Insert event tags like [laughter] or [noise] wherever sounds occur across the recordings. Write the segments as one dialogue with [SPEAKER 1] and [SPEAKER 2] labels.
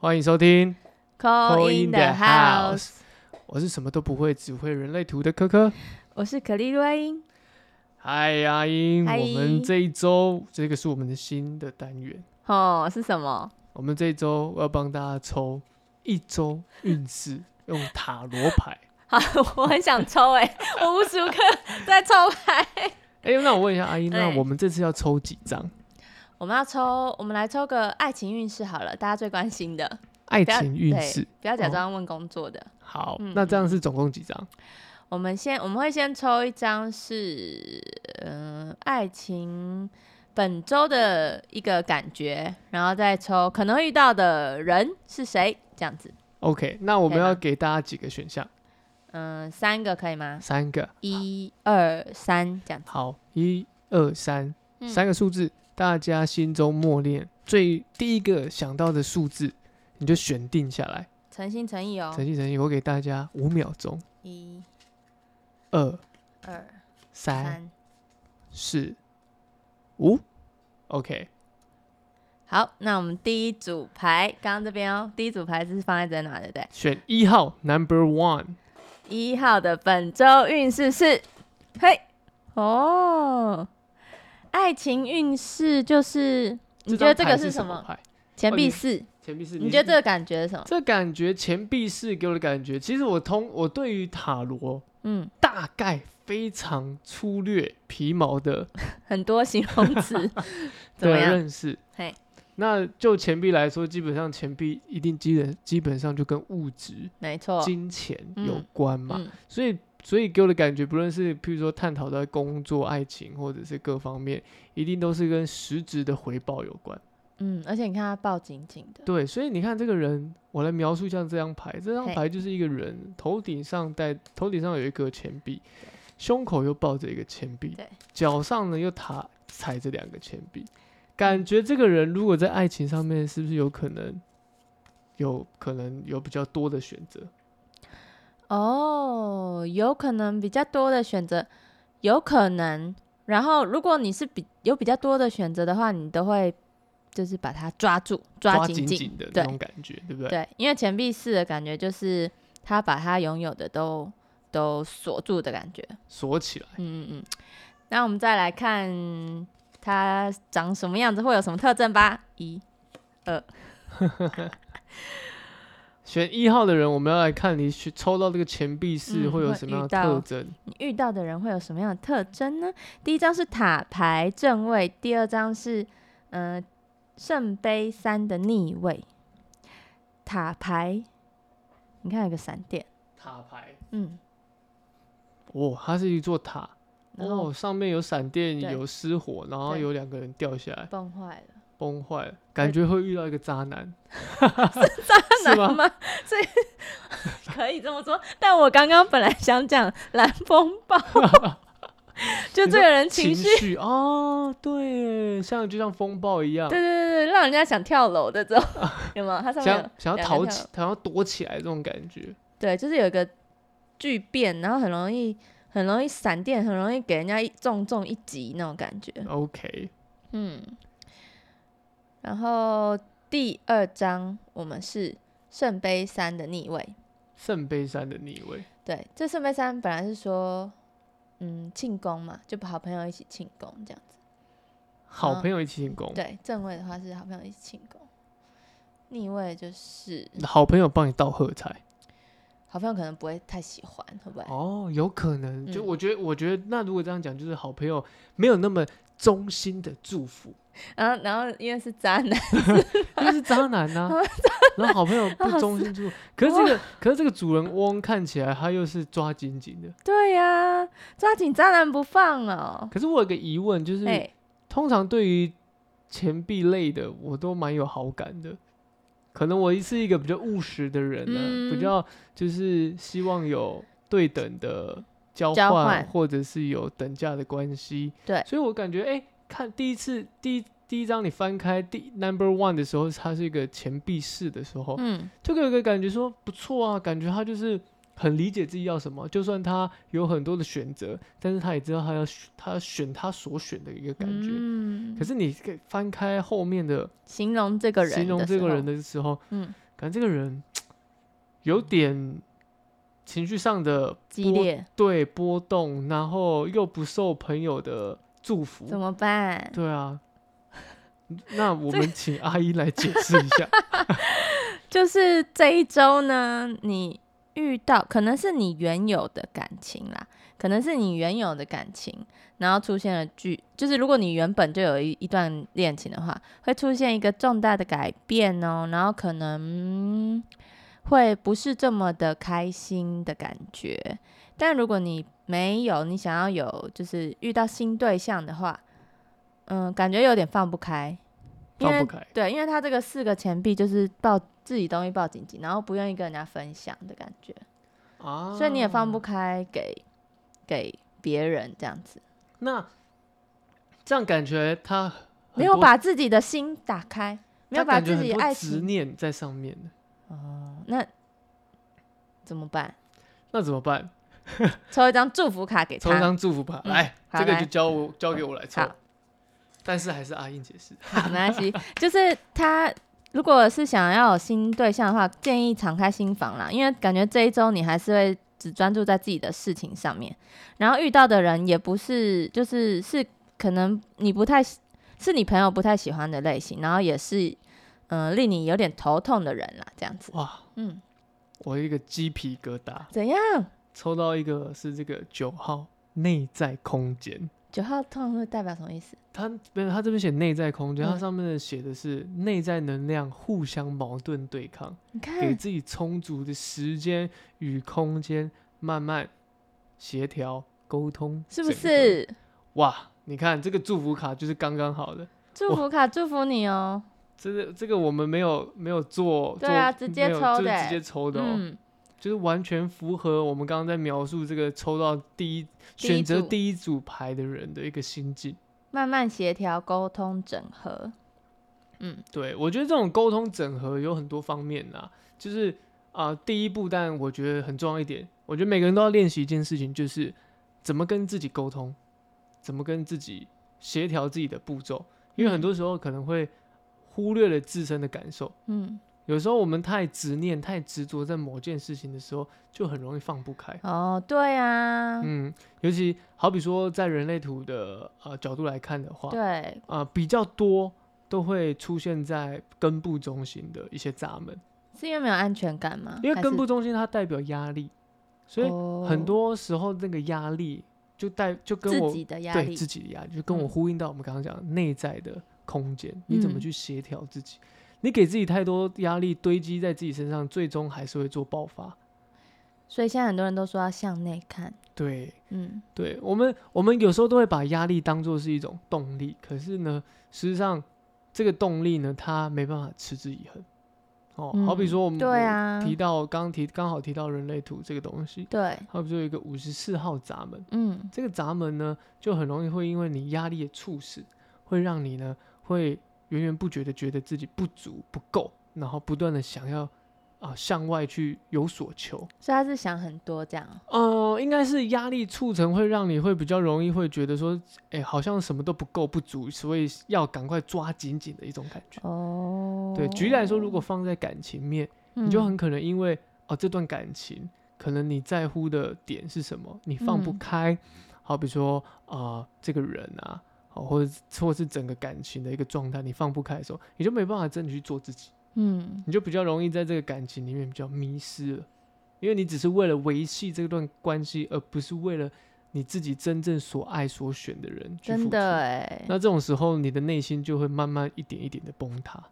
[SPEAKER 1] 欢迎收听，
[SPEAKER 2] Call
[SPEAKER 1] Call
[SPEAKER 2] in
[SPEAKER 1] in
[SPEAKER 2] the
[SPEAKER 1] the
[SPEAKER 2] house。
[SPEAKER 1] 我是什么都不会，只会人类图的科科。
[SPEAKER 2] 我是可丽露阿英，
[SPEAKER 1] 嗨，阿英，
[SPEAKER 2] 嗨
[SPEAKER 1] 我们这一周这个是我们的新的单元，
[SPEAKER 2] 哦，是什么？
[SPEAKER 1] 我们这一周我要帮大家抽一周运势，用塔罗
[SPEAKER 2] [laughs]
[SPEAKER 1] 牌。
[SPEAKER 2] 好，我很想抽哎、我无时无刻在抽牌。
[SPEAKER 1] 哎、那我问一下阿英，那
[SPEAKER 2] 对
[SPEAKER 1] 我们这次要抽几张？
[SPEAKER 2] 我们要抽，我们来抽个爱情运势好了，大家最关心的，
[SPEAKER 1] 爱
[SPEAKER 2] 不要
[SPEAKER 1] 情运
[SPEAKER 2] 对
[SPEAKER 1] 势。
[SPEAKER 2] 不要假装问工作的。
[SPEAKER 1] 好，
[SPEAKER 2] 嗯
[SPEAKER 1] 那这样是总共几张？
[SPEAKER 2] 我们先，我们会先抽一张是，嗯、爱情本周的一个感觉，然后再抽可能会遇到的人是谁，这样子。
[SPEAKER 1] OK，那我们
[SPEAKER 2] 可以吗
[SPEAKER 1] 要给大家几个选项，
[SPEAKER 2] 嗯、三个可以吗？
[SPEAKER 1] 三个。
[SPEAKER 2] 一二三，这样子。
[SPEAKER 1] 好，一二三，
[SPEAKER 2] 嗯
[SPEAKER 1] 三个数字，大家心中默念最第一个想到的数字，你就选定下来。
[SPEAKER 2] 诚心诚意哦。
[SPEAKER 1] 诚心诚意，我给大家五秒钟，
[SPEAKER 2] 一、
[SPEAKER 1] 二、
[SPEAKER 2] 二、
[SPEAKER 1] 三、
[SPEAKER 2] 三，
[SPEAKER 1] 四、五。OK，
[SPEAKER 2] 好，那我们第一组牌，刚刚这边哦，第一组牌是放在这哪，对不对？
[SPEAKER 1] 选一号，Number One。
[SPEAKER 2] 一号的本周运势是，嘿，哦，爱情运势就是，你觉得这
[SPEAKER 1] 张牌
[SPEAKER 2] 个
[SPEAKER 1] 是
[SPEAKER 2] 什
[SPEAKER 1] 么
[SPEAKER 2] 么？
[SPEAKER 1] 牌？
[SPEAKER 2] 钱
[SPEAKER 1] 哦
[SPEAKER 2] 币
[SPEAKER 1] 你
[SPEAKER 2] 四，
[SPEAKER 1] 钱币是？
[SPEAKER 2] 你觉得这个感觉是什么？
[SPEAKER 1] 这感觉钱币是给我的感觉？其实我通我对于塔罗
[SPEAKER 2] 嗯，
[SPEAKER 1] 大概非常粗略皮毛的
[SPEAKER 2] 很多形容
[SPEAKER 1] [laughs]
[SPEAKER 2] 词，怎
[SPEAKER 1] 的
[SPEAKER 2] 么样？
[SPEAKER 1] 啊认识
[SPEAKER 2] 嘿。
[SPEAKER 1] 那就钱币来说，基本上钱币一定基本基本上就跟物质、
[SPEAKER 2] 没错，
[SPEAKER 1] 金钱有
[SPEAKER 2] 哦嗯
[SPEAKER 1] 关嘛，
[SPEAKER 2] 嗯
[SPEAKER 1] 所以所以给我的感觉，不论是譬如说探讨在工作、爱情或者是各方面，一定都是跟实质的回报有关。
[SPEAKER 2] 嗯，而且你看它抱紧紧的，
[SPEAKER 1] 对，所以你看这个人，我来描述一下这张牌。这张
[SPEAKER 2] 嘿
[SPEAKER 1] 牌就是一个人头顶上戴，头顶上有一个钱币，胸口又抱着一个钱币
[SPEAKER 2] 对，嗯
[SPEAKER 1] 脚上呢又踏踩着两个钱币。感觉这个人如果在爱情上面，是不是有可能有可能有比较多的选择？
[SPEAKER 2] 哦，有可能比较多的选择，有可能。然后，如果你是比有比较多的选择的话，你都会就是把它抓住，抓紧
[SPEAKER 1] 紧
[SPEAKER 2] 紧。
[SPEAKER 1] 紧的那
[SPEAKER 2] 对
[SPEAKER 1] 种感觉，对不对？
[SPEAKER 2] 对，因为钱币四的感觉就是他把他拥有的都都锁住的感觉。
[SPEAKER 1] 锁起来。
[SPEAKER 2] 嗯嗯嗯。那我们再来看它长什么样子，会有什么特征吧？一，
[SPEAKER 1] 选一号的人，我们要来看你去抽到这个钱币是
[SPEAKER 2] 嗯
[SPEAKER 1] 会有
[SPEAKER 2] 会
[SPEAKER 1] 什么样的
[SPEAKER 2] 遇到
[SPEAKER 1] 特征。
[SPEAKER 2] 你遇到的人会有什么样的特征呢？第一张是塔牌正位，第二张是呃圣杯三的逆位。塔牌，你看有个闪电，
[SPEAKER 1] 塔牌，
[SPEAKER 2] 嗯，
[SPEAKER 1] 哦，它是一座塔，
[SPEAKER 2] 然后
[SPEAKER 1] 哦，上面有闪电，
[SPEAKER 2] 对
[SPEAKER 1] 有失火，然后
[SPEAKER 2] 对
[SPEAKER 1] 有两个人掉下来，
[SPEAKER 2] 崩坏了，
[SPEAKER 1] 崩坏了，感觉会遇到一个渣
[SPEAKER 2] [laughs]
[SPEAKER 1] 男，[laughs]
[SPEAKER 2] 渣
[SPEAKER 1] 是吗 [laughs]
[SPEAKER 2] 男吗？所以 [laughs] 可以这么说，但我刚刚本来想讲蓝风
[SPEAKER 1] [laughs]
[SPEAKER 2] 暴，就
[SPEAKER 1] 你
[SPEAKER 2] 这
[SPEAKER 1] 说
[SPEAKER 2] 个人
[SPEAKER 1] 情
[SPEAKER 2] 情绪，
[SPEAKER 1] 绪哦，对，像就像风暴一样
[SPEAKER 2] 对，对对对，让人家想跳楼的这
[SPEAKER 1] [laughs]
[SPEAKER 2] 种，有没有？他上面有
[SPEAKER 1] 想想要
[SPEAKER 2] 两个
[SPEAKER 1] 逃
[SPEAKER 2] 跳
[SPEAKER 1] 起，想要躲起来这种感觉，
[SPEAKER 2] 对，就是有一个巨变，然后很容易很容易闪电，很容易给人家一重重一击那种感觉。
[SPEAKER 1] OK，
[SPEAKER 2] 嗯，然后第二章我们是圣杯三的逆位，
[SPEAKER 1] 圣杯三的逆位，
[SPEAKER 2] 对，这圣杯三本来是说，嗯，庆功嘛，就好朋友一起庆功这样子。
[SPEAKER 1] 好
[SPEAKER 2] 嗯
[SPEAKER 1] 朋友一起进攻，
[SPEAKER 2] 对，正位的话是好朋友一起庆功，逆位就是
[SPEAKER 1] 好朋友帮你道喝彩，
[SPEAKER 2] 好朋友可能不会太喜欢，会不会？
[SPEAKER 1] 哦，有可能，就
[SPEAKER 2] 嗯
[SPEAKER 1] 我觉得，我觉得那如果这样讲，就是好朋友没有那么衷心的祝福，
[SPEAKER 2] 然后然后因为是渣男， [laughs]
[SPEAKER 1] 因为是渣男呐、然后好朋友不忠心住，可是这
[SPEAKER 2] 哦
[SPEAKER 1] 个可是这个主人翁看起来他又是抓紧紧
[SPEAKER 2] [laughs]
[SPEAKER 1] 的。
[SPEAKER 2] 对呀、抓紧渣男不放哦。
[SPEAKER 1] 可是我有个疑问，就是、
[SPEAKER 2] 哎、
[SPEAKER 1] 通常对于钱币类的，我都蛮有好感的。可能我是一个比较务实的人呢、
[SPEAKER 2] 嗯
[SPEAKER 1] 比较就是希望有对等的交
[SPEAKER 2] 交
[SPEAKER 1] 换，
[SPEAKER 2] 换
[SPEAKER 1] 或者是有等价的关系。
[SPEAKER 2] 对
[SPEAKER 1] 所以我感觉，哎、看第一次第一第一张你翻开第 number one 的时候，它是一个钱币式的时候，
[SPEAKER 2] 嗯，
[SPEAKER 1] 就给我一个感觉说不错啊，感觉他就是很理解自己要什么，就算他有很多的选择，但是他也知道他要选他要选他所选的一个感觉。
[SPEAKER 2] 嗯
[SPEAKER 1] 可是你可以翻开后面的
[SPEAKER 2] 形容这个人，
[SPEAKER 1] 形容这个人
[SPEAKER 2] 的时
[SPEAKER 1] 的时候，
[SPEAKER 2] 候，嗯，
[SPEAKER 1] 感觉这个人有点情绪上的
[SPEAKER 2] 激
[SPEAKER 1] 波
[SPEAKER 2] 烈
[SPEAKER 1] 对波动，然后又不受朋友的祝福，
[SPEAKER 2] 怎么办？
[SPEAKER 1] 对啊， [laughs] 那我们请阿姨来解释一下。
[SPEAKER 2] 就是这一周呢，你遇到可能是你原有的感情啦，可能是你原有的感情，然后出现了巨，就是如果你原本就有一一段恋情的话，会出现一个重大的改变哦，然后可能会不是这么的开心的感觉。但如果你没有，你想要有就是遇到新对象的话，嗯，感觉有点放不开， [laughs] 因
[SPEAKER 1] 放
[SPEAKER 2] 为
[SPEAKER 1] 不开，
[SPEAKER 2] 对，因为他这个四个钱币就是抱自己东西抱紧紧，然后不愿意跟人家分享的感觉，
[SPEAKER 1] 啊，
[SPEAKER 2] 所以你也放不开给给别人这样子，
[SPEAKER 1] 那这样感觉他很
[SPEAKER 2] 没有
[SPEAKER 1] 多
[SPEAKER 2] 把自己的心打开，没有
[SPEAKER 1] 他
[SPEAKER 2] 把
[SPEAKER 1] 感觉
[SPEAKER 2] 自
[SPEAKER 1] 很
[SPEAKER 2] 己
[SPEAKER 1] 多
[SPEAKER 2] 爱
[SPEAKER 1] 执
[SPEAKER 2] 情
[SPEAKER 1] 念在上面，
[SPEAKER 2] 哦，那怎么办？
[SPEAKER 1] 那怎么办？
[SPEAKER 2] 抽一张祝福卡给
[SPEAKER 1] 抽一
[SPEAKER 2] 他，
[SPEAKER 1] 张祝福牌，
[SPEAKER 2] 嗯
[SPEAKER 1] 来，
[SPEAKER 2] 好
[SPEAKER 1] 这个
[SPEAKER 2] 来
[SPEAKER 1] 就交我交给我来抽
[SPEAKER 2] 好。
[SPEAKER 1] 但是还是阿英解释，
[SPEAKER 2] 好没关系，就是他。如果是想要有新对象的话，建议敞开心房啦，因为感觉这一周你还是会只专注在自己的事情上面，然后遇到的人也不是，就是是可能你不太喜是你朋友不太喜欢的类型，然后也是嗯、呃令你有点头痛的人啦，这样子。
[SPEAKER 1] 哇，
[SPEAKER 2] 嗯，
[SPEAKER 1] 我有一个鸡皮疙瘩，
[SPEAKER 2] 怎样？
[SPEAKER 1] 抽到一个是这个九号内在空间，
[SPEAKER 2] 九号痛是代表什么意思？
[SPEAKER 1] 它没有，它这边写内在空间，它
[SPEAKER 2] 嗯
[SPEAKER 1] 上面的写的是内在能量互相矛盾对抗，
[SPEAKER 2] 你
[SPEAKER 1] 给
[SPEAKER 2] 看，
[SPEAKER 1] 自己充足的时间与空间，慢慢协调沟通，
[SPEAKER 2] 是不
[SPEAKER 1] 整合？
[SPEAKER 2] 是？
[SPEAKER 1] 哇，你看这个祝福卡就是刚刚好的。
[SPEAKER 2] 祝福卡祝福你哦。
[SPEAKER 1] 这个这个我们没有没有做，
[SPEAKER 2] 对啊
[SPEAKER 1] 做
[SPEAKER 2] 直接
[SPEAKER 1] 没有
[SPEAKER 2] 抽
[SPEAKER 1] 就是
[SPEAKER 2] 的
[SPEAKER 1] 直接抽的哦，
[SPEAKER 2] 嗯，
[SPEAKER 1] 就是完全符合我们刚刚在描述这个抽到第一
[SPEAKER 2] 第一
[SPEAKER 1] 选择
[SPEAKER 2] 组
[SPEAKER 1] 第一组牌的人的一个心境。
[SPEAKER 2] 慢慢协调、沟通、整合。嗯，
[SPEAKER 1] 对，我觉得这种沟通整合有很多方面啊，就是啊、第一步，但我觉得很重要一点，我觉得每个人都要练习一件事情，就是怎么跟自己沟通，怎么跟自己协调自己的步骤，因为很多时候可能会忽略了自身的感受，
[SPEAKER 2] 嗯，
[SPEAKER 1] 有时候我们太执念、太执着在某件事情的时候，就很容易放不开。
[SPEAKER 2] 哦，对啊，
[SPEAKER 1] 嗯，尤其好比说在人类图的呃角度来看的话，
[SPEAKER 2] 对，
[SPEAKER 1] 啊、比较多都会出现在根部中心的一些闸门，
[SPEAKER 2] 是因为没有安全感吗？
[SPEAKER 1] 因为
[SPEAKER 2] 啊还
[SPEAKER 1] 根
[SPEAKER 2] 是
[SPEAKER 1] 部中心它代表压力，所以很
[SPEAKER 2] 哦
[SPEAKER 1] 多时候那个压力就带就跟我
[SPEAKER 2] 自己的压
[SPEAKER 1] 对
[SPEAKER 2] 力，
[SPEAKER 1] 自己的压力，就跟我
[SPEAKER 2] 嗯
[SPEAKER 1] 呼应到我们刚刚讲的内在的空间，你怎么
[SPEAKER 2] 嗯
[SPEAKER 1] 去协调自己？你给自己太多压力堆积在自己身上，最终还是会做爆发。
[SPEAKER 2] 所以现在很多人都说要向内看，
[SPEAKER 1] 对，
[SPEAKER 2] 嗯，
[SPEAKER 1] 对我们，我们有时候都会把压力当做是一种动力，可是呢，实际上这个动力呢，它没办法持之以恒。哦，好比
[SPEAKER 2] 嗯
[SPEAKER 1] 说我们
[SPEAKER 2] 对啊，
[SPEAKER 1] 提到刚刚提刚好提到人类图这个东西，
[SPEAKER 2] 对，
[SPEAKER 1] 好比说有一个五十四号闸门，
[SPEAKER 2] 嗯，
[SPEAKER 1] 这个闸门呢，就很容易会因为你压力的促使，会让你呢会源源不绝的觉得自己不足不够，然后不断的想要啊、向外去有所求。
[SPEAKER 2] 所以他是想很多这样，
[SPEAKER 1] 呃，应该是压力促成会让你会比较容易会觉得说，哎、好像什么都不够不足，所以要赶快抓紧紧的一种感觉。
[SPEAKER 2] 哦，
[SPEAKER 1] 对，举例来说，如果放在感情面，你就
[SPEAKER 2] 嗯
[SPEAKER 1] 很可能因为哦、这段感情，可能你在乎的点是什么，你放不
[SPEAKER 2] 嗯
[SPEAKER 1] 开，好比说啊、呃这个人啊，哦或者是或是整个感情的一个状态，你放不开的时候，你就没办法真的去做自己，
[SPEAKER 2] 嗯，
[SPEAKER 1] 你就比较容易在这个感情里面比较迷失了，因为你只是为了维系这段关系，而不是为了你自己真正所爱所选的人去付
[SPEAKER 2] 真
[SPEAKER 1] 出。
[SPEAKER 2] 的哎
[SPEAKER 1] 那，这种时候，你的内心就会慢慢一点一点的崩塌。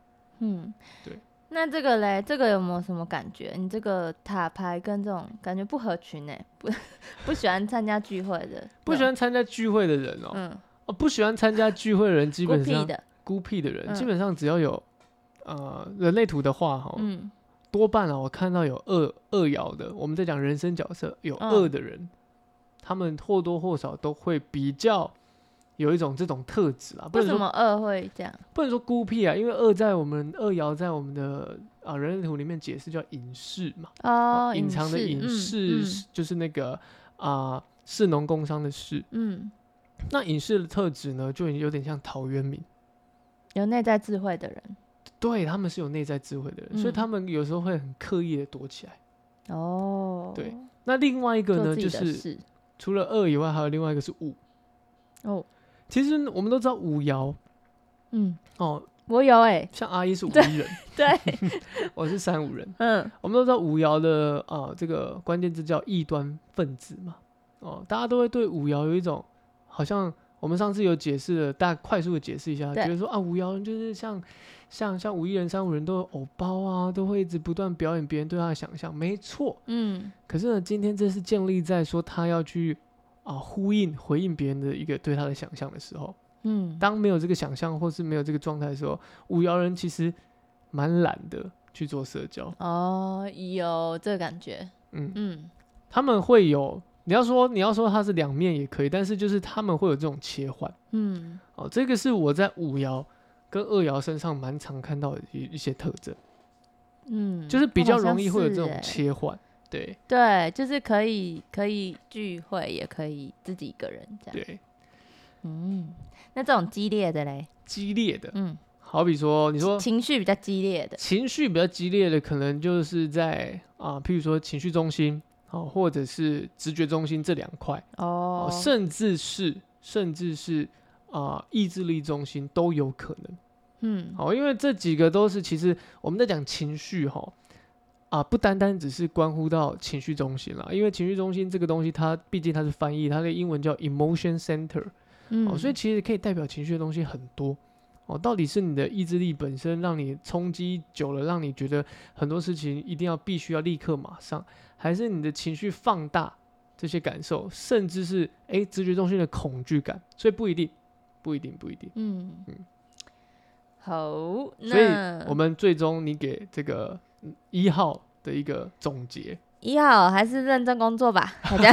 [SPEAKER 2] 嗯，
[SPEAKER 1] 对。
[SPEAKER 2] 那这个嘞，这个有没有什么感觉？你这个塔牌跟这种感觉不合群哎，不 [laughs] 不喜欢参加聚会的，
[SPEAKER 1] 不喜，欢参加聚会的人哦、
[SPEAKER 2] 嗯，
[SPEAKER 1] 哦不喜欢参加聚会的人，基
[SPEAKER 2] 孤
[SPEAKER 1] 本
[SPEAKER 2] 僻
[SPEAKER 1] 上
[SPEAKER 2] 的，
[SPEAKER 1] 孤僻的人，
[SPEAKER 2] 嗯
[SPEAKER 1] 基本上只要有呃人类图的话哈、
[SPEAKER 2] 嗯，
[SPEAKER 1] 多半啊，我看到有恶恶爻的，我们在讲人生角色有
[SPEAKER 2] 嗯
[SPEAKER 1] 恶的人，他们或多或少都会比较有一种这种特质啦，不
[SPEAKER 2] 为
[SPEAKER 1] 能说
[SPEAKER 2] 什么二会这样？
[SPEAKER 1] 不能说孤僻啊，因为恶在我们恶爻在我们的啊人类图里面解释叫隐士嘛，
[SPEAKER 2] 哦，
[SPEAKER 1] 隐藏的
[SPEAKER 2] 士
[SPEAKER 1] 隐
[SPEAKER 2] 嗯
[SPEAKER 1] 士、
[SPEAKER 2] 嗯
[SPEAKER 1] 就是那个啊士农工商的士，
[SPEAKER 2] 嗯，
[SPEAKER 1] 那隐士的特质呢，就有点像陶渊明。
[SPEAKER 2] 有内在智慧的人，
[SPEAKER 1] 对他们是有内在智慧的人，所以他
[SPEAKER 2] 嗯
[SPEAKER 1] 们有时候会很刻意的躲起来。
[SPEAKER 2] 哦，
[SPEAKER 1] 对，那另外一个
[SPEAKER 2] 做
[SPEAKER 1] 呢，
[SPEAKER 2] 自
[SPEAKER 1] 就
[SPEAKER 2] 己的
[SPEAKER 1] 是
[SPEAKER 2] 事
[SPEAKER 1] 除了恶以外，还有另外一个是五。
[SPEAKER 2] 哦，
[SPEAKER 1] 其实我们都知道五爻
[SPEAKER 2] 嗯，
[SPEAKER 1] 哦，
[SPEAKER 2] 我
[SPEAKER 1] [laughs]
[SPEAKER 2] 有哎，
[SPEAKER 1] 像阿一是五
[SPEAKER 2] 对
[SPEAKER 1] 一人，
[SPEAKER 2] 对，
[SPEAKER 1] 我是三五人。 [laughs]
[SPEAKER 2] 嗯，
[SPEAKER 1] 我们都知道五爻的啊、呃这个关键字叫异端分子嘛，哦，大家都会对五爻有一种好像我们上次有解释了，大家快速的解释一下，
[SPEAKER 2] 对
[SPEAKER 1] 觉得说啊五爻就是像像像五一人、三五人都有偶包啊，都会一直不断表演别人对他的想象，没错。
[SPEAKER 2] 嗯，
[SPEAKER 1] 可是呢，今天这是建立在说他要去啊、呼应回应别人的一个对他的想象的时候，
[SPEAKER 2] 嗯，
[SPEAKER 1] 当没有这个想象或是没有这个状态的时候，五爻人其实蛮懒得去做社交，
[SPEAKER 2] 哦，有这个感觉，
[SPEAKER 1] 嗯。
[SPEAKER 2] 嗯，
[SPEAKER 1] 他们会有，你要说你要说它是两面也可以，但是就是他们会有这种切换
[SPEAKER 2] 嗯，
[SPEAKER 1] 哦，这个是我在五爻跟二爻身上蛮常看到的一一些特征，
[SPEAKER 2] 嗯，
[SPEAKER 1] 就是比
[SPEAKER 2] 我
[SPEAKER 1] 较
[SPEAKER 2] 好像
[SPEAKER 1] 容易会有这
[SPEAKER 2] 是
[SPEAKER 1] 种
[SPEAKER 2] 欸
[SPEAKER 1] 切换，对
[SPEAKER 2] 对，就是可以可以聚会，也可以自己一个人这样。
[SPEAKER 1] 对，
[SPEAKER 2] 嗯，那这种激烈的嘞，
[SPEAKER 1] 激烈的，
[SPEAKER 2] 嗯，
[SPEAKER 1] 好比说你说
[SPEAKER 2] 情绪比较激烈的，
[SPEAKER 1] 情绪比较激烈的，可能就是在啊、譬如说情绪中心哦，或者是直觉中心这两块
[SPEAKER 2] 哦
[SPEAKER 1] 哦，，甚至是甚至是啊、意志力中心都有可能。哦
[SPEAKER 2] 嗯，
[SPEAKER 1] 好，因为这几个都是其实我们在讲情绪哈，啊，不单单只是关乎到情绪中心啦，因为情绪中心这个东西它毕竟它是翻译，它的英文叫 emotion center，
[SPEAKER 2] 嗯，
[SPEAKER 1] 哦，所以其实可以代表情绪的东西很多。哦，到底是你的意志力本身让你冲击久了，让你觉得很多事情一定要必须要立刻马上，还是你的情绪放大这些感受，甚至是诶直觉中心的恐惧感，所以不一定，不一定，不一定。
[SPEAKER 2] 嗯
[SPEAKER 1] 嗯
[SPEAKER 2] 好，
[SPEAKER 1] 所以
[SPEAKER 2] 那
[SPEAKER 1] 我们最终你给这个嗯一号的一个总结，
[SPEAKER 2] 一号还是认真工作吧，大家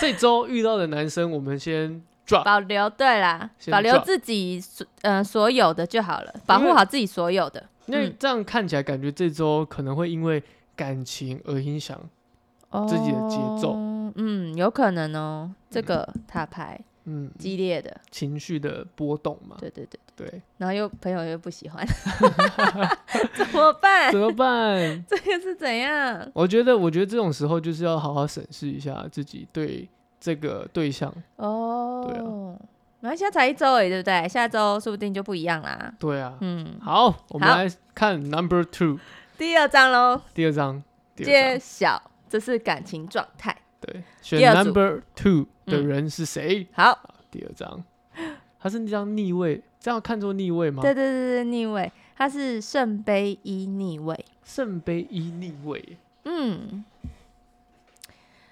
[SPEAKER 1] 这周遇到的男生，我们
[SPEAKER 2] [laughs]
[SPEAKER 1] 先 drop，
[SPEAKER 2] 保留对啦，
[SPEAKER 1] 先
[SPEAKER 2] 保留
[SPEAKER 1] drop
[SPEAKER 2] 自己所呃所有的就好了，保
[SPEAKER 1] 因为
[SPEAKER 2] 护好自己所有的。
[SPEAKER 1] 因为
[SPEAKER 2] 嗯
[SPEAKER 1] 这样看起来感觉这周可能会因为感情而影响。自己的节奏
[SPEAKER 2] 哦嗯，有可能哦，这
[SPEAKER 1] 嗯
[SPEAKER 2] 个塔牌
[SPEAKER 1] 嗯，
[SPEAKER 2] 激烈的，
[SPEAKER 1] 情绪的波动嘛，
[SPEAKER 2] 对对对。
[SPEAKER 1] 对，
[SPEAKER 2] 然后又朋友又不喜
[SPEAKER 1] [laughs]
[SPEAKER 2] 欢，怎么办
[SPEAKER 1] 怎？么办？ [laughs]
[SPEAKER 2] 这个是怎样？
[SPEAKER 1] 我觉得，我觉得这种时候就是要好好审视一下自己对这个对象，
[SPEAKER 2] 哦，
[SPEAKER 1] 对
[SPEAKER 2] 然后现在才一周而已，对不对？下周说不定就不一样啦。
[SPEAKER 1] 对啊。
[SPEAKER 2] 嗯，
[SPEAKER 1] 好，我们
[SPEAKER 2] 好
[SPEAKER 1] 来看 number two
[SPEAKER 2] 第二章喽，
[SPEAKER 1] 第二章，第二
[SPEAKER 2] 揭
[SPEAKER 1] 章，
[SPEAKER 2] 晓这是感情状态。
[SPEAKER 1] 对，选
[SPEAKER 2] 第二组
[SPEAKER 1] number two 的
[SPEAKER 2] 嗯
[SPEAKER 1] 人是谁？
[SPEAKER 2] 好，
[SPEAKER 1] 第二张，它是那张逆位，这样看作逆位吗？
[SPEAKER 2] 对对对对，逆位，它是圣杯一逆位。
[SPEAKER 1] 圣杯一逆位，
[SPEAKER 2] 嗯，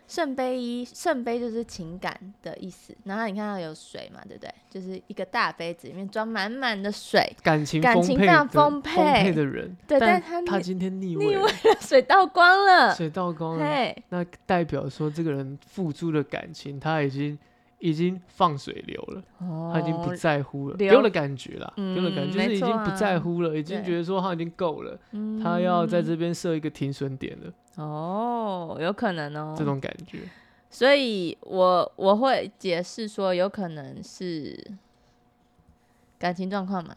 [SPEAKER 2] 圣杯一，圣杯就是情感的意思。然后你看到有水嘛，对不对？就是一个大杯子里面装满满的水，
[SPEAKER 1] 感情
[SPEAKER 2] 感
[SPEAKER 1] 丰
[SPEAKER 2] 情
[SPEAKER 1] 沛
[SPEAKER 2] 非
[SPEAKER 1] 的
[SPEAKER 2] 常丰
[SPEAKER 1] 沛
[SPEAKER 2] 沛
[SPEAKER 1] 的人，
[SPEAKER 2] 对
[SPEAKER 1] 但
[SPEAKER 2] 但他
[SPEAKER 1] 他
[SPEAKER 2] 逆
[SPEAKER 1] 今天逆
[SPEAKER 2] 逆
[SPEAKER 1] 位
[SPEAKER 2] 位
[SPEAKER 1] 了，
[SPEAKER 2] [laughs] 水倒光了。
[SPEAKER 1] 水倒光了，
[SPEAKER 2] 嘿，
[SPEAKER 1] 那代表说这个人付出的感情，他已经已经放水流了，
[SPEAKER 2] 哦
[SPEAKER 1] 他已经不在乎了，
[SPEAKER 2] 流
[SPEAKER 1] 丢了感觉啦，
[SPEAKER 2] 嗯
[SPEAKER 1] 丢了感觉就
[SPEAKER 2] 没
[SPEAKER 1] 是已
[SPEAKER 2] 错
[SPEAKER 1] 经不在
[SPEAKER 2] 啊
[SPEAKER 1] 乎了，已经
[SPEAKER 2] 对
[SPEAKER 1] 觉得说他已经够了，
[SPEAKER 2] 嗯
[SPEAKER 1] 他要在这边设一个停损点了，
[SPEAKER 2] 哦，有可能哦，
[SPEAKER 1] 这种感觉，
[SPEAKER 2] 所以我我会解释说，有可能是感情状况嘛，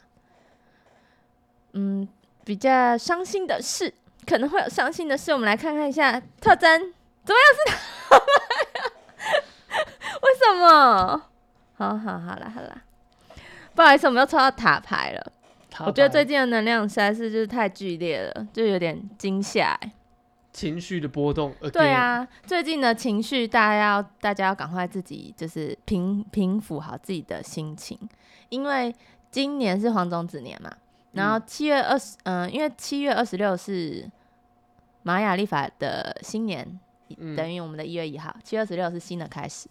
[SPEAKER 2] 嗯，比较伤心的事，可能会有伤心的事，我们来看看一下特征怎么样是塔牌啊 [laughs] 为什么？好好好啦好啦，不好意思，我们又抽到塔牌了。
[SPEAKER 1] 他
[SPEAKER 2] 我觉得
[SPEAKER 1] 把
[SPEAKER 2] 最近的能量实在是就是太剧烈了，就有点惊吓、欸。
[SPEAKER 1] 情绪的波动，
[SPEAKER 2] 对，啊，最近的情绪，大家要大家要赶快自己就是平平复好自己的心情，因为今年是黄种子年嘛，然后七月二十、嗯，因为七月二十六是玛雅历法的新年，
[SPEAKER 1] 嗯
[SPEAKER 2] 等于我们的一月一号，七月二十六是新的开始。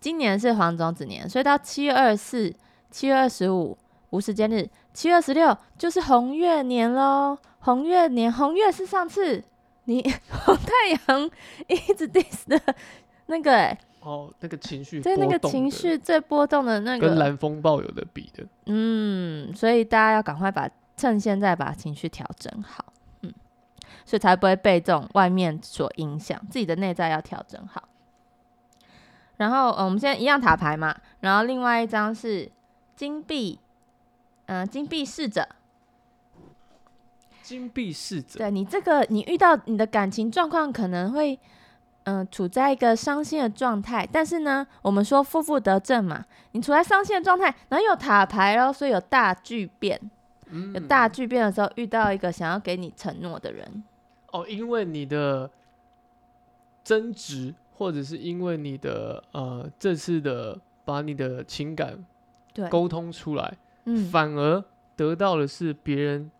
[SPEAKER 2] 今年是黄种子年，所以到七月二十四、七月二十五无时间日，七月二十六就是红月年喽。红月年，红月是上次你 [laughs] 红太阳一直 diss 的那个、欸，
[SPEAKER 1] 哦，那个情绪
[SPEAKER 2] 对那
[SPEAKER 1] 波
[SPEAKER 2] 个
[SPEAKER 1] 动
[SPEAKER 2] 情
[SPEAKER 1] 的
[SPEAKER 2] 绪最波动的那
[SPEAKER 1] 跟
[SPEAKER 2] 个，
[SPEAKER 1] 蓝风暴有的比的。
[SPEAKER 2] 嗯，所以大家要赶快把趁现在把情绪调整好，嗯，所以才不会被这种外面所影响，自己的内在要调整好。然后，呃，我们现在一样塔牌嘛，然后另外一张是金币嗯、金币侍者。
[SPEAKER 1] 金币侍者，
[SPEAKER 2] 对你这个，你遇到你的感情状况可能会，嗯、处在一个伤心的状态。但是呢，我们说负负得正嘛，你处在伤心的状态，然后有塔牌咯，所以有大巨变。
[SPEAKER 1] 嗯
[SPEAKER 2] 有大巨变的时候，遇到一个想要给你承诺的人，
[SPEAKER 1] 哦，因为你的争执，或者是因为你的呃这次的把你的情感
[SPEAKER 2] 对
[SPEAKER 1] 沟通出来，
[SPEAKER 2] 嗯，
[SPEAKER 1] 反而得到的是别人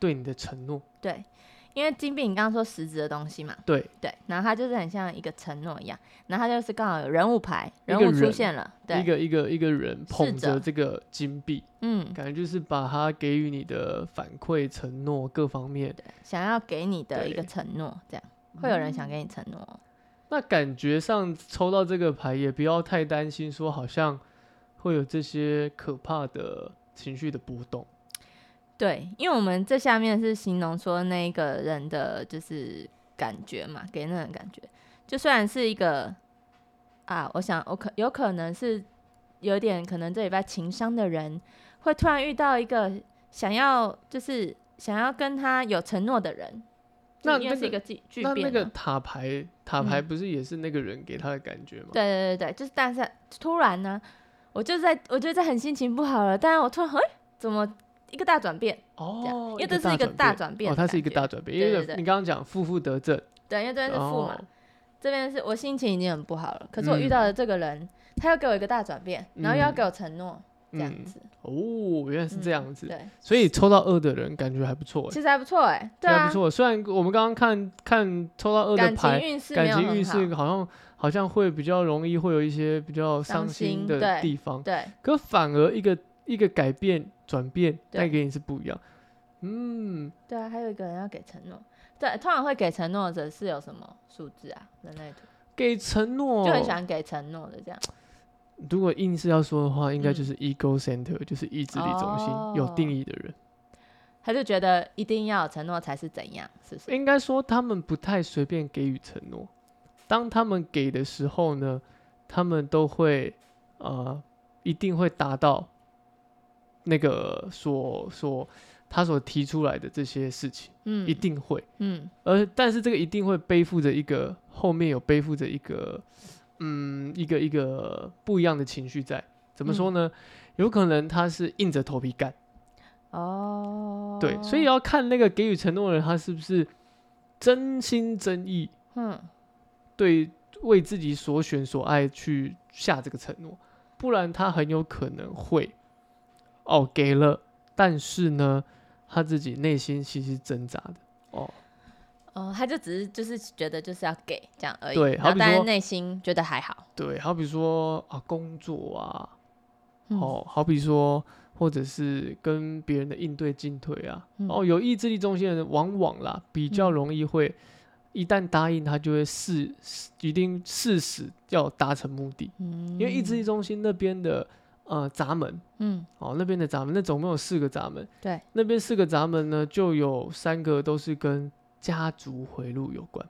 [SPEAKER 1] 对你的承诺。
[SPEAKER 2] 对，因为金币你刚刚说实质的东西嘛，
[SPEAKER 1] 对，
[SPEAKER 2] 对，然后它就是很像一个承诺一样，然后它就是刚好有人物牌，
[SPEAKER 1] 一个
[SPEAKER 2] 人物出
[SPEAKER 1] 人
[SPEAKER 2] 现了，
[SPEAKER 1] 一
[SPEAKER 2] 对，
[SPEAKER 1] 个一个一个人捧
[SPEAKER 2] 者
[SPEAKER 1] 着这个金币，
[SPEAKER 2] 嗯，
[SPEAKER 1] 感觉就是把他给予你的反馈、承诺各方面，
[SPEAKER 2] 想要给你的一个
[SPEAKER 1] 对
[SPEAKER 2] 承诺，这样会有人想给你承诺哦，
[SPEAKER 1] 嗯那感觉上抽到这个牌，也不要太担心，说好像会有这些可怕的情绪的波动。
[SPEAKER 2] 对，因为我们这下面是形容说那一个人的就是感觉嘛，给那种感觉，就虽然是一个啊，我想我可有可能是有点可能这礼拜情商的人，会突然遇到一个想要就是想要跟他有承诺的人，
[SPEAKER 1] 那
[SPEAKER 2] 因
[SPEAKER 1] 那
[SPEAKER 2] 为是一
[SPEAKER 1] 个
[SPEAKER 2] 个巨巨
[SPEAKER 1] 那
[SPEAKER 2] 变
[SPEAKER 1] 那个
[SPEAKER 2] 嘛
[SPEAKER 1] 塔牌，塔牌
[SPEAKER 2] 嗯
[SPEAKER 1] 不是也是那个人给他的感觉吗？
[SPEAKER 2] 对对对对，就是但是突然呢、我就在我就在很心情不好了，但是我突然哎、怎么一个大转变？
[SPEAKER 1] 哦，
[SPEAKER 2] 因为这是一个大转变
[SPEAKER 1] 哦，
[SPEAKER 2] 的
[SPEAKER 1] 它是一
[SPEAKER 2] 感
[SPEAKER 1] 个
[SPEAKER 2] 觉
[SPEAKER 1] 大转变，
[SPEAKER 2] 对
[SPEAKER 1] 因为
[SPEAKER 2] 对对
[SPEAKER 1] 你刚刚讲负负得正，
[SPEAKER 2] 对，因为这边是负嘛，
[SPEAKER 1] 哦
[SPEAKER 2] 这边是我心情已经很不好了，可是我遇
[SPEAKER 1] 嗯
[SPEAKER 2] 到的这个人，他又给我一个大转变，然后又要
[SPEAKER 1] 嗯
[SPEAKER 2] 给我承诺，这样
[SPEAKER 1] 嗯
[SPEAKER 2] 子、
[SPEAKER 1] 哦，原来是这
[SPEAKER 2] 嗯
[SPEAKER 1] 样子，
[SPEAKER 2] 对，
[SPEAKER 1] 所以抽到二的人感觉还不错，哎，
[SPEAKER 2] 其实还不错哎、对
[SPEAKER 1] 还
[SPEAKER 2] 啊，
[SPEAKER 1] 不错。虽然我们刚刚看看抽到二的
[SPEAKER 2] 感情
[SPEAKER 1] 牌，
[SPEAKER 2] 运势没
[SPEAKER 1] 感
[SPEAKER 2] 有
[SPEAKER 1] 情运
[SPEAKER 2] 很
[SPEAKER 1] 势
[SPEAKER 2] 好，
[SPEAKER 1] 好像好像会比较容易会有一些比较
[SPEAKER 2] 伤
[SPEAKER 1] 伤
[SPEAKER 2] 心
[SPEAKER 1] 心
[SPEAKER 2] 对
[SPEAKER 1] 的地方，
[SPEAKER 2] 对
[SPEAKER 1] 可反而一个一个改变转变
[SPEAKER 2] 对
[SPEAKER 1] 带给你是不一样。嗯，
[SPEAKER 2] 对啊，还有一个人要给承诺，对，通常会给承诺者是有什么数字啊？人类图
[SPEAKER 1] 给承诺
[SPEAKER 2] 就很喜
[SPEAKER 1] 哦
[SPEAKER 2] 欢给承诺的这样，
[SPEAKER 1] 如果硬是要说的话，应该就
[SPEAKER 2] 嗯哦
[SPEAKER 1] 是 ego center，、就是意志力中心、有定义的人。
[SPEAKER 2] 他就觉得一定要有承诺才是怎样，是不是？
[SPEAKER 1] 应该说他们不太随便给予承诺，当他们给的时候呢，他们都会呃一定会达到那个所所他所提出来的这些事情，一
[SPEAKER 2] 嗯
[SPEAKER 1] 定会。
[SPEAKER 2] 嗯，
[SPEAKER 1] 而但是这个一定会背负着一个后面有背负着一个嗯一个一个不一样的情绪在。怎么说呢？
[SPEAKER 2] 嗯
[SPEAKER 1] 有可能他是硬着头皮干，
[SPEAKER 2] 哦，
[SPEAKER 1] 对，所以要看那个给予承诺的人他是不是真心真意
[SPEAKER 2] 嗯，
[SPEAKER 1] 对为自己所选所爱去下这个承诺，不然他很有可能会哦给了，但是呢他自己内心其实挣扎的哦，
[SPEAKER 2] 哦，他就只是就是觉得就是要给这样而已，
[SPEAKER 1] 对
[SPEAKER 2] 然
[SPEAKER 1] 好
[SPEAKER 2] 后
[SPEAKER 1] 比
[SPEAKER 2] 但是
[SPEAKER 1] 说
[SPEAKER 2] 内心觉得还好，
[SPEAKER 1] 对，好比说啊工作啊，
[SPEAKER 2] 嗯，
[SPEAKER 1] 哦，好比说，或者是跟别人的应对进退啊，
[SPEAKER 2] 嗯
[SPEAKER 1] 哦，有意志力中心的人往往啦，比较
[SPEAKER 2] 嗯
[SPEAKER 1] 容易会、一旦答应，他就会誓一定誓死要达成目的，
[SPEAKER 2] 因
[SPEAKER 1] 因为意志力中心那边的呃闸门
[SPEAKER 2] 嗯，
[SPEAKER 1] 哦，那边的闸门，那总共有四个闸门，
[SPEAKER 2] 对，
[SPEAKER 1] 那边四个闸门呢，就有三个都是跟家族回路有关。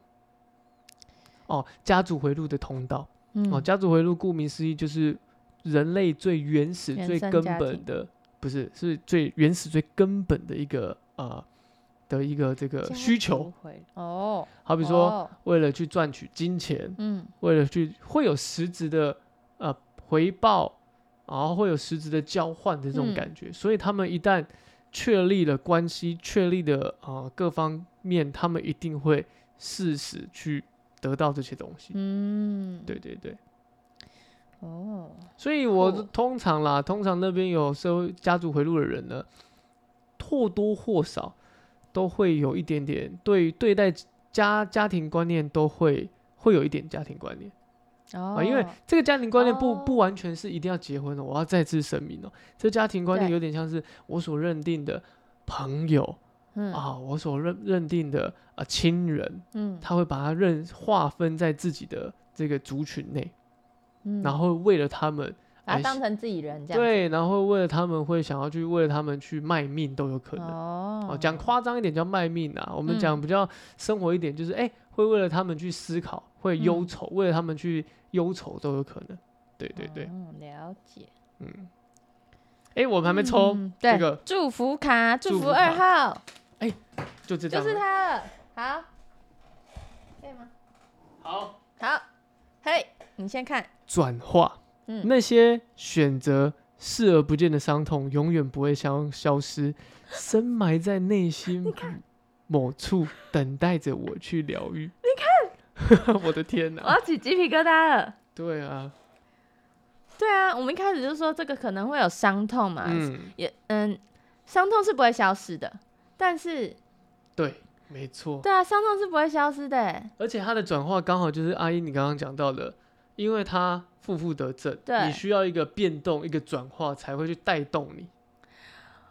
[SPEAKER 1] 哦，家族回路的通道，
[SPEAKER 2] 嗯
[SPEAKER 1] 哦，家族回路顾名思义就是人类最原始、
[SPEAKER 2] 原
[SPEAKER 1] 最
[SPEAKER 2] 生
[SPEAKER 1] 根
[SPEAKER 2] 家庭
[SPEAKER 1] 本的，不是是最原始、最根本的一个呃的一个这个
[SPEAKER 2] 家
[SPEAKER 1] 需
[SPEAKER 2] 族
[SPEAKER 1] 求。
[SPEAKER 2] 回哦，
[SPEAKER 1] 好比说，
[SPEAKER 2] 哦，
[SPEAKER 1] 为了去赚取金钱，
[SPEAKER 2] 嗯
[SPEAKER 1] 为了去会有实质的呃回报，然后会有实质的交换的这种
[SPEAKER 2] 嗯
[SPEAKER 1] 感觉。所以他们一旦确立了关系，确立的呃各方面，他们一定会适时去得到这些东西。
[SPEAKER 2] 嗯，
[SPEAKER 1] 对对对。
[SPEAKER 2] 哦，
[SPEAKER 1] 所以我
[SPEAKER 2] 酷
[SPEAKER 1] 通常啦，通常那边有社会家族回路的人呢，或多或少都会有一点点对对待家家庭观念都会会有一点家庭观念、
[SPEAKER 2] 哦，
[SPEAKER 1] 啊，因为这个家庭观念不、
[SPEAKER 2] 哦
[SPEAKER 1] 不完全是一定要结婚的，我要再次声明哦、这家庭观念
[SPEAKER 2] 对
[SPEAKER 1] 有点像是我所认定的朋友、
[SPEAKER 2] 嗯
[SPEAKER 1] 啊，我所认认定的呃亲人，
[SPEAKER 2] 嗯
[SPEAKER 1] 他会把它认划分在自己的这个族群内，
[SPEAKER 2] 嗯，
[SPEAKER 1] 然后为了他们。
[SPEAKER 2] 把他
[SPEAKER 1] 哎
[SPEAKER 2] 当成自己人这样，，
[SPEAKER 1] 对，然后为了他们会想要去为了他们去卖命都有可能。
[SPEAKER 2] 哦
[SPEAKER 1] 哦，，讲夸张一点叫卖命啊，我们讲
[SPEAKER 2] 嗯
[SPEAKER 1] 比较生活一点，就是哎、会为了他们去思考，会忧
[SPEAKER 2] 嗯
[SPEAKER 1] 愁，为了他
[SPEAKER 2] 哦
[SPEAKER 1] 们去忧愁都有可能。对对对，
[SPEAKER 2] 嗯，了解，
[SPEAKER 1] 嗯，哎、我们还没抽
[SPEAKER 2] 嗯
[SPEAKER 1] 这
[SPEAKER 2] 对
[SPEAKER 1] 个，
[SPEAKER 2] 祝福卡，
[SPEAKER 1] 祝
[SPEAKER 2] 祝福
[SPEAKER 1] 福
[SPEAKER 2] 二
[SPEAKER 1] 卡
[SPEAKER 2] 号，
[SPEAKER 1] 就这
[SPEAKER 2] 就
[SPEAKER 1] 张了。
[SPEAKER 2] 是它了。好，可以吗？
[SPEAKER 1] 好，
[SPEAKER 2] 好，嘿，你先看，
[SPEAKER 1] 转化。
[SPEAKER 2] 嗯
[SPEAKER 1] 那些选择视而不见的伤痛，永远不会消消失，深埋在内心某处，等待着我去疗愈。你看， [laughs] 我的天哪、
[SPEAKER 2] 我要起鸡皮疙瘩了。
[SPEAKER 1] 对啊，
[SPEAKER 2] 对啊，我们一开始就说这个可能会有伤痛嘛，
[SPEAKER 1] 嗯，
[SPEAKER 2] 也嗯，伤痛是不会消失的，但是
[SPEAKER 1] 对，没错。
[SPEAKER 2] 对啊，伤痛是不会消失的欸，
[SPEAKER 1] 而且它的转化刚好就是阿英你刚刚讲到的，因为它负负得正，
[SPEAKER 2] 对
[SPEAKER 1] 你需要一个变动，一个转化才会去带动你。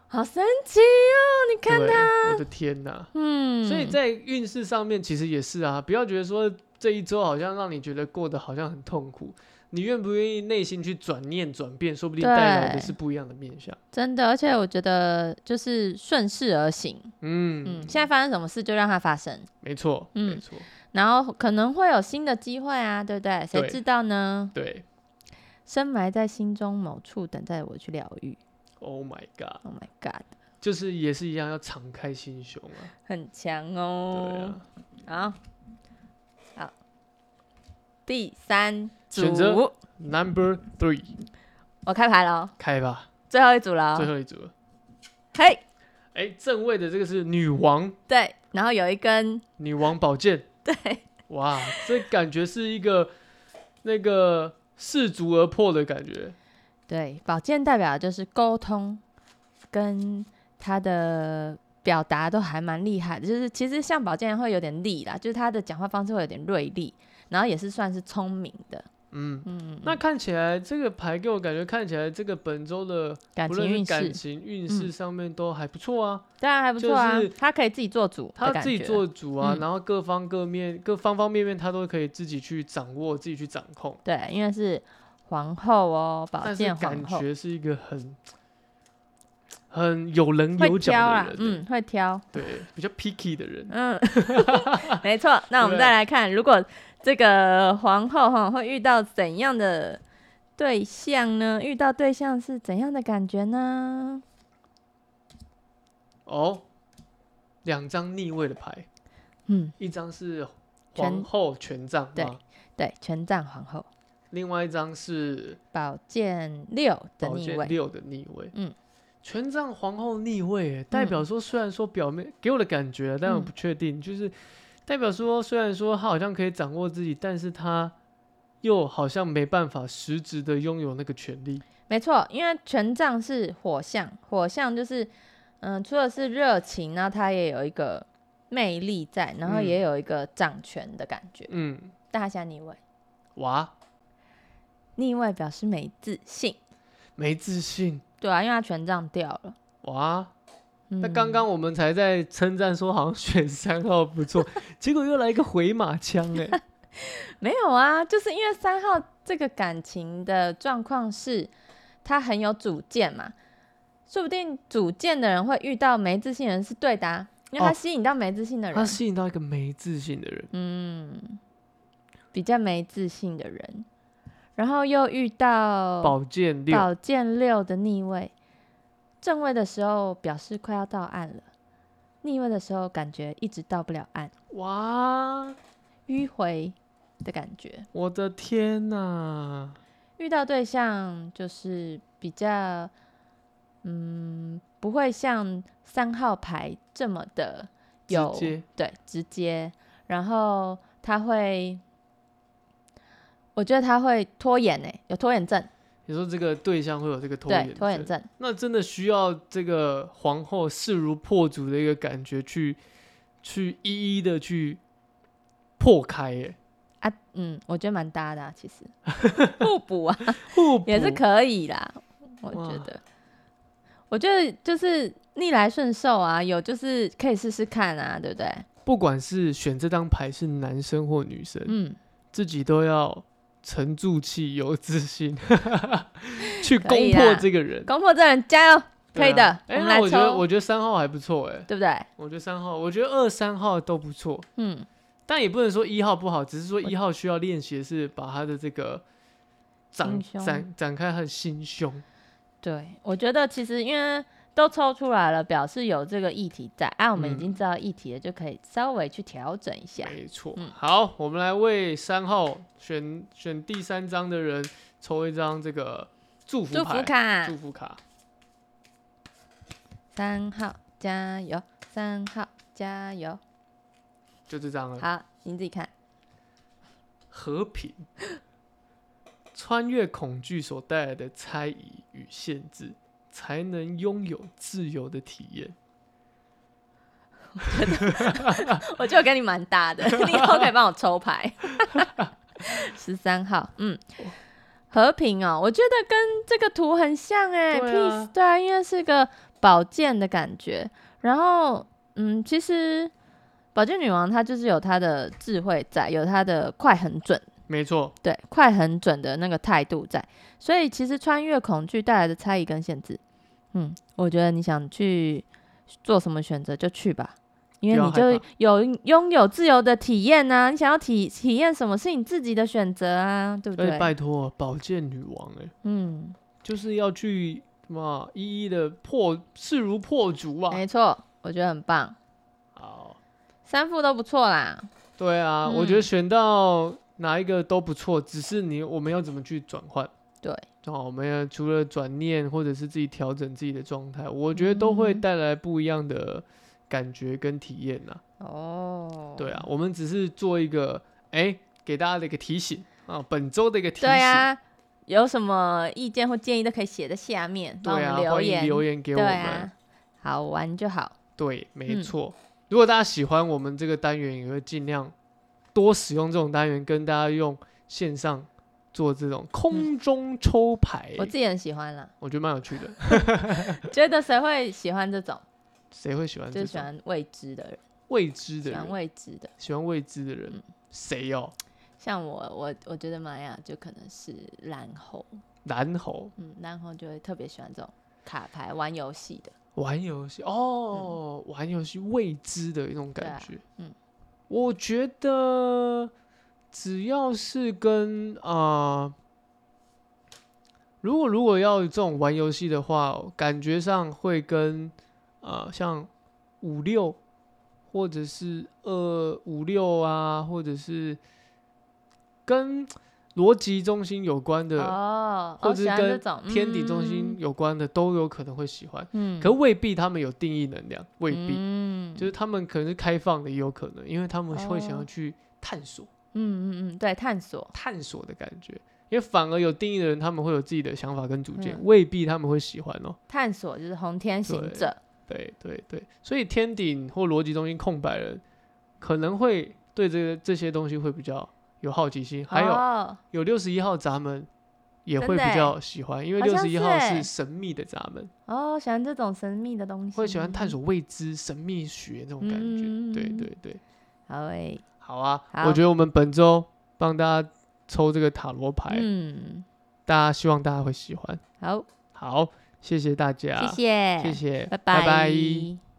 [SPEAKER 2] 好神奇哦！你看
[SPEAKER 1] 对，
[SPEAKER 2] 它，
[SPEAKER 1] 我的天哪、
[SPEAKER 2] 嗯，
[SPEAKER 1] 所以在运势上面其实也是啊，不要觉得说这一周好像让你觉得过得好像很痛苦，你愿不愿意内心去转念转变，说不定带来的
[SPEAKER 2] 对
[SPEAKER 1] 是不一样的面相。
[SPEAKER 2] 真的，而且我觉得就是顺势而行，嗯，
[SPEAKER 1] 嗯，
[SPEAKER 2] 现在发生什么事就让它发生，
[SPEAKER 1] 没错，
[SPEAKER 2] 嗯
[SPEAKER 1] 没错，
[SPEAKER 2] 然后可能会有新的机会啊，对不对？谁
[SPEAKER 1] 对
[SPEAKER 2] 知道呢？
[SPEAKER 1] 对
[SPEAKER 2] 深埋在心中某处，等待我去疗愈。
[SPEAKER 1] ，Oh my God，
[SPEAKER 2] Oh my god，
[SPEAKER 1] 就是也是一样要敞开心胸啊，
[SPEAKER 2] 很强
[SPEAKER 1] 对
[SPEAKER 2] 哦。
[SPEAKER 1] 啊，
[SPEAKER 2] 好，好，第三
[SPEAKER 1] 选择
[SPEAKER 2] 组，
[SPEAKER 1] Number Three，
[SPEAKER 2] 我开牌了，哦
[SPEAKER 1] 开吧，
[SPEAKER 2] 最后一组了
[SPEAKER 1] 最
[SPEAKER 2] 哦。
[SPEAKER 1] 后一组了，
[SPEAKER 2] 嘿，
[SPEAKER 1] 哎，正位的这个是女王，
[SPEAKER 2] 对，然后有一根，
[SPEAKER 1] 女王宝剑，
[SPEAKER 2] [laughs] 对，
[SPEAKER 1] 哇，这感觉是一个那个势足而破的感觉。
[SPEAKER 2] 对，宝剑代表的就是沟通，跟他的表达都还蛮厉害的。就是其实像宝剑会有点利啦，就是他的讲话方式会有点锐利，然后也是算是聪明的。
[SPEAKER 1] 嗯，
[SPEAKER 2] 嗯，
[SPEAKER 1] 那看起来这个牌给我感觉看起来这个本周的
[SPEAKER 2] 感
[SPEAKER 1] 不
[SPEAKER 2] 情
[SPEAKER 1] 论是
[SPEAKER 2] 运
[SPEAKER 1] 感
[SPEAKER 2] 势嗯
[SPEAKER 1] 情运势上面都还不错啊，
[SPEAKER 2] 当然还不错啊，
[SPEAKER 1] 就是
[SPEAKER 2] 他可以自己做主的
[SPEAKER 1] 他
[SPEAKER 2] 感
[SPEAKER 1] 自己
[SPEAKER 2] 觉
[SPEAKER 1] 做主啊，
[SPEAKER 2] 嗯
[SPEAKER 1] 然后各方各面各方方面面他都可以自己去掌握，自己去掌控。
[SPEAKER 2] 对，因为是皇后哦，宝
[SPEAKER 1] 但是
[SPEAKER 2] 剑皇
[SPEAKER 1] 感
[SPEAKER 2] 后
[SPEAKER 1] 觉是一个很很有棱有
[SPEAKER 2] 会
[SPEAKER 1] 角
[SPEAKER 2] 挑啦
[SPEAKER 1] 的人，，
[SPEAKER 2] 嗯，会挑，
[SPEAKER 1] 对，比较 picky 的人，
[SPEAKER 2] [laughs] 嗯，没错。那我
[SPEAKER 1] 对不对
[SPEAKER 2] 们再来看，如果这个皇后哈会遇到怎样的对象呢？遇到对象是怎样的感觉呢？
[SPEAKER 1] 哦，两张逆位的牌，
[SPEAKER 2] 嗯，
[SPEAKER 1] 一张是皇
[SPEAKER 2] 权
[SPEAKER 1] 后权杖
[SPEAKER 2] 对
[SPEAKER 1] 吗，
[SPEAKER 2] 对，权杖皇后，
[SPEAKER 1] 另外一张是
[SPEAKER 2] 宝剑六的
[SPEAKER 1] 宝
[SPEAKER 2] 逆
[SPEAKER 1] 剑
[SPEAKER 2] 位，
[SPEAKER 1] 六的逆位，
[SPEAKER 2] 嗯，
[SPEAKER 1] 权杖皇后逆位耶，代表说虽然说表面给我的感觉啊，但我
[SPEAKER 2] 嗯
[SPEAKER 1] 不确定，就是代表说虽然说他好像可以掌握自己，但是他又好像没办法实质的拥有那个权利。
[SPEAKER 2] 没错，因为权杖是火象，火象就是嗯、除了是热情，然后它也有一个魅力在，然后
[SPEAKER 1] 嗯
[SPEAKER 2] 也有一个掌权的感觉。
[SPEAKER 1] 嗯，
[SPEAKER 2] 大侠逆位，
[SPEAKER 1] 哇，
[SPEAKER 2] 逆位表示没自信，
[SPEAKER 1] 没自信，
[SPEAKER 2] 对啊，因为他权杖掉了。
[SPEAKER 1] 哇。那
[SPEAKER 2] 嗯
[SPEAKER 1] 刚刚我们才在称赞说好像选三号不
[SPEAKER 2] [laughs]
[SPEAKER 1] 错，结果又来一个回马枪哎、
[SPEAKER 2] 没有啊，就是因为三号这个感情的状况是，他很有主见嘛，说不定主见的人会遇到没自信的人是对的、啊，因为他
[SPEAKER 1] 哦
[SPEAKER 2] 吸引到没自信的人，
[SPEAKER 1] 他吸引到一个没自信的人，
[SPEAKER 2] 嗯，比较没自信的人，然后又遇哦到
[SPEAKER 1] 宝剑六，
[SPEAKER 2] 宝剑六的逆位，正位的时候表示快要到岸了，逆位的时候感觉一直到不了岸，
[SPEAKER 1] 哇，
[SPEAKER 2] 迂回的感觉。
[SPEAKER 1] 我的天哪、
[SPEAKER 2] 遇到对象就是比较，嗯，不会像三号牌这么的
[SPEAKER 1] 直
[SPEAKER 2] 有
[SPEAKER 1] 接
[SPEAKER 2] 对直接，然后他会，我觉得他会拖延诶、有拖延症，
[SPEAKER 1] 你说这个对象会有这个拖
[SPEAKER 2] 对
[SPEAKER 1] 延
[SPEAKER 2] 拖延
[SPEAKER 1] 症，
[SPEAKER 2] 症，
[SPEAKER 1] 那真的需要这个皇后势如破竹的一个感觉去去一一的去破开耶，
[SPEAKER 2] 啊，嗯，我觉得蛮搭的、啊，其
[SPEAKER 1] [laughs]
[SPEAKER 2] 实互补啊
[SPEAKER 1] 互补
[SPEAKER 2] 也是可以啦，我觉
[SPEAKER 1] 哇
[SPEAKER 2] 得，我觉得就是逆来顺受啊，有就是可以试试看啊，对不对？
[SPEAKER 1] 不管是选这张牌是男生或女生，
[SPEAKER 2] 嗯。
[SPEAKER 1] 自己都要沉住气，有自信， [laughs] 去
[SPEAKER 2] 可以
[SPEAKER 1] 攻
[SPEAKER 2] 啦
[SPEAKER 1] 破这个人。
[SPEAKER 2] 攻破这人，加油，可
[SPEAKER 1] 对
[SPEAKER 2] 以
[SPEAKER 1] 啊
[SPEAKER 2] 的。
[SPEAKER 1] 哎、
[SPEAKER 2] 我们
[SPEAKER 1] 那
[SPEAKER 2] 来
[SPEAKER 1] 我觉得
[SPEAKER 2] 抽，
[SPEAKER 1] 我觉得三号还不错，哎，
[SPEAKER 2] 对不对？
[SPEAKER 1] 我觉得三号，我觉得二三号都不错。
[SPEAKER 2] 嗯，
[SPEAKER 1] 但也不能说一号不好，只是说
[SPEAKER 2] 我
[SPEAKER 1] 一号需要练习的是把他的这个展
[SPEAKER 2] 心胸
[SPEAKER 1] 展展开他的心胸。
[SPEAKER 2] 对，我觉得其实因为都抽出来了，表示有这个议题在，啊，我们已
[SPEAKER 1] 嗯
[SPEAKER 2] 经知道议题了，就可以稍微去调整一下。
[SPEAKER 1] 没错。
[SPEAKER 2] 嗯
[SPEAKER 1] 好，我们来为三号选选第三张的人抽一张这个祝福
[SPEAKER 2] 祝
[SPEAKER 1] 牌
[SPEAKER 2] 福卡
[SPEAKER 1] 祝，福卡。
[SPEAKER 2] 三号加油，三号加油。
[SPEAKER 1] 就这张了。
[SPEAKER 2] 好，你自己看。
[SPEAKER 1] 和平，穿越恐惧所带来的猜疑与限制，才能拥有自由的体验。 [laughs]
[SPEAKER 2] 我觉得我跟你蛮搭的，你以后可以帮我抽牌。 [laughs] 十三号，嗯，和平哦，我觉得跟这个图很像哎、p
[SPEAKER 1] 对
[SPEAKER 2] e a
[SPEAKER 1] 啊
[SPEAKER 2] c e 对啊，因为是个宝剑的感觉。然后，嗯，其实宝剑女王她就是有她的智慧在，有她的快很准，
[SPEAKER 1] 没错，
[SPEAKER 2] 对，快很准的那个态度在。所以其实穿越恐惧带来的猜疑跟限制，嗯，我觉得你想去做什么选择就去吧，因为
[SPEAKER 1] 不
[SPEAKER 2] 你
[SPEAKER 1] 要害
[SPEAKER 2] 就
[SPEAKER 1] 怕
[SPEAKER 2] 有拥有自由的体验呐、你想要体体验什么是你自己的选择啊，对不
[SPEAKER 1] 而且
[SPEAKER 2] 对？
[SPEAKER 1] 哎拜托，宝剑女王、欸，
[SPEAKER 2] 嗯，
[SPEAKER 1] 就是要去什么一一的破，势如破竹啊。
[SPEAKER 2] 没错，我觉得很棒，
[SPEAKER 1] 好，
[SPEAKER 2] 三副都不错啦。
[SPEAKER 1] 对啊，我觉
[SPEAKER 2] 嗯
[SPEAKER 1] 得选到哪一个都不错，只是你我们要怎么去转换。
[SPEAKER 2] 对，
[SPEAKER 1] 哦，我们要除了转念或者是自己调整自己的状态，我觉得都会
[SPEAKER 2] 嗯
[SPEAKER 1] 带来不一样的感觉跟体验呐、
[SPEAKER 2] 哦，
[SPEAKER 1] 对啊，我们只是做一个哎、给大家的一个提醒啊，本周的一个提醒。
[SPEAKER 2] 对啊，有什么意见或建议都可以写在下面，帮我
[SPEAKER 1] 对
[SPEAKER 2] 们
[SPEAKER 1] 啊，
[SPEAKER 2] 留
[SPEAKER 1] 欢
[SPEAKER 2] 言，
[SPEAKER 1] 迎留言给我
[SPEAKER 2] 对
[SPEAKER 1] 们。
[SPEAKER 2] 啊，好玩就好。
[SPEAKER 1] 对没
[SPEAKER 2] 嗯
[SPEAKER 1] 错。如果大家喜欢我们这个单元，也会尽量多使用这种单元，跟大家用线上做这种空中抽牌，
[SPEAKER 2] 嗯我自己很喜欢啦，
[SPEAKER 1] 我觉得蛮有趣的。
[SPEAKER 2] 觉得谁会喜欢这种？
[SPEAKER 1] 谁会喜欢这
[SPEAKER 2] 就是喜
[SPEAKER 1] 种
[SPEAKER 2] 欢未知的人，
[SPEAKER 1] 未知的
[SPEAKER 2] 喜欢
[SPEAKER 1] 人？
[SPEAKER 2] 未知的。
[SPEAKER 1] 喜欢未知的人
[SPEAKER 2] 嗯，
[SPEAKER 1] 谁哦？
[SPEAKER 2] 像我，我我觉得玛雅就可能是蓝猴，
[SPEAKER 1] 蓝猴
[SPEAKER 2] 嗯，蓝猴就会特别喜欢这种卡牌玩游戏的。
[SPEAKER 1] 玩游戏哦，玩游戏未知的一种
[SPEAKER 2] 嗯对
[SPEAKER 1] 感
[SPEAKER 2] 啊
[SPEAKER 1] 觉。
[SPEAKER 2] 嗯，
[SPEAKER 1] 我觉得只要是跟啊、呃如果如果要这种玩游戏的话，感觉上会跟呃像五六或者是二五六啊，或者是跟逻辑中心有关的、
[SPEAKER 2] 哦，嗯
[SPEAKER 1] 或
[SPEAKER 2] 我
[SPEAKER 1] 者
[SPEAKER 2] 喜欢这
[SPEAKER 1] 跟
[SPEAKER 2] 种
[SPEAKER 1] 天体中心，有关的，都有可能会喜欢。
[SPEAKER 2] 嗯，
[SPEAKER 1] 可未必他们有定义能量，未必、
[SPEAKER 2] 嗯
[SPEAKER 1] 就是他们可能是开放的，也有可能，因为他们会想要
[SPEAKER 2] 哦
[SPEAKER 1] 去探索、
[SPEAKER 2] 嗯嗯嗯，对，探索，
[SPEAKER 1] 探索的感觉。因为反而有定义的人，他们会有自己的想法跟主见，
[SPEAKER 2] 嗯
[SPEAKER 1] 未必他们会喜欢哦。
[SPEAKER 2] 探索就是红天行
[SPEAKER 1] 对
[SPEAKER 2] 者，
[SPEAKER 1] 对对对，所以天顶或逻辑中心空白人可能会对这个这些东西会比较有好奇心，还有、
[SPEAKER 2] 哦
[SPEAKER 1] 有六十一号闸门也
[SPEAKER 2] 真
[SPEAKER 1] 会
[SPEAKER 2] 的
[SPEAKER 1] 比
[SPEAKER 2] 欸
[SPEAKER 1] 较喜欢，因为
[SPEAKER 2] 好
[SPEAKER 1] 六
[SPEAKER 2] 像
[SPEAKER 1] 十一
[SPEAKER 2] 是
[SPEAKER 1] 号
[SPEAKER 2] 欸
[SPEAKER 1] 是神秘的闸门，
[SPEAKER 2] 哦，喜欢这种神秘的东西，
[SPEAKER 1] 会喜欢探。索未知、神秘学那种感觉。对
[SPEAKER 2] 嗯
[SPEAKER 1] 对对。
[SPEAKER 2] 好诶，
[SPEAKER 1] 好啊，
[SPEAKER 2] 好
[SPEAKER 1] 我觉得我们本周帮大家抽这个塔罗牌，
[SPEAKER 2] 嗯，
[SPEAKER 1] 大家希望大家会喜欢。
[SPEAKER 2] 好，
[SPEAKER 1] 好，谢谢大家，
[SPEAKER 2] 谢谢，
[SPEAKER 1] 谢谢
[SPEAKER 2] 拜
[SPEAKER 1] 拜
[SPEAKER 2] 拜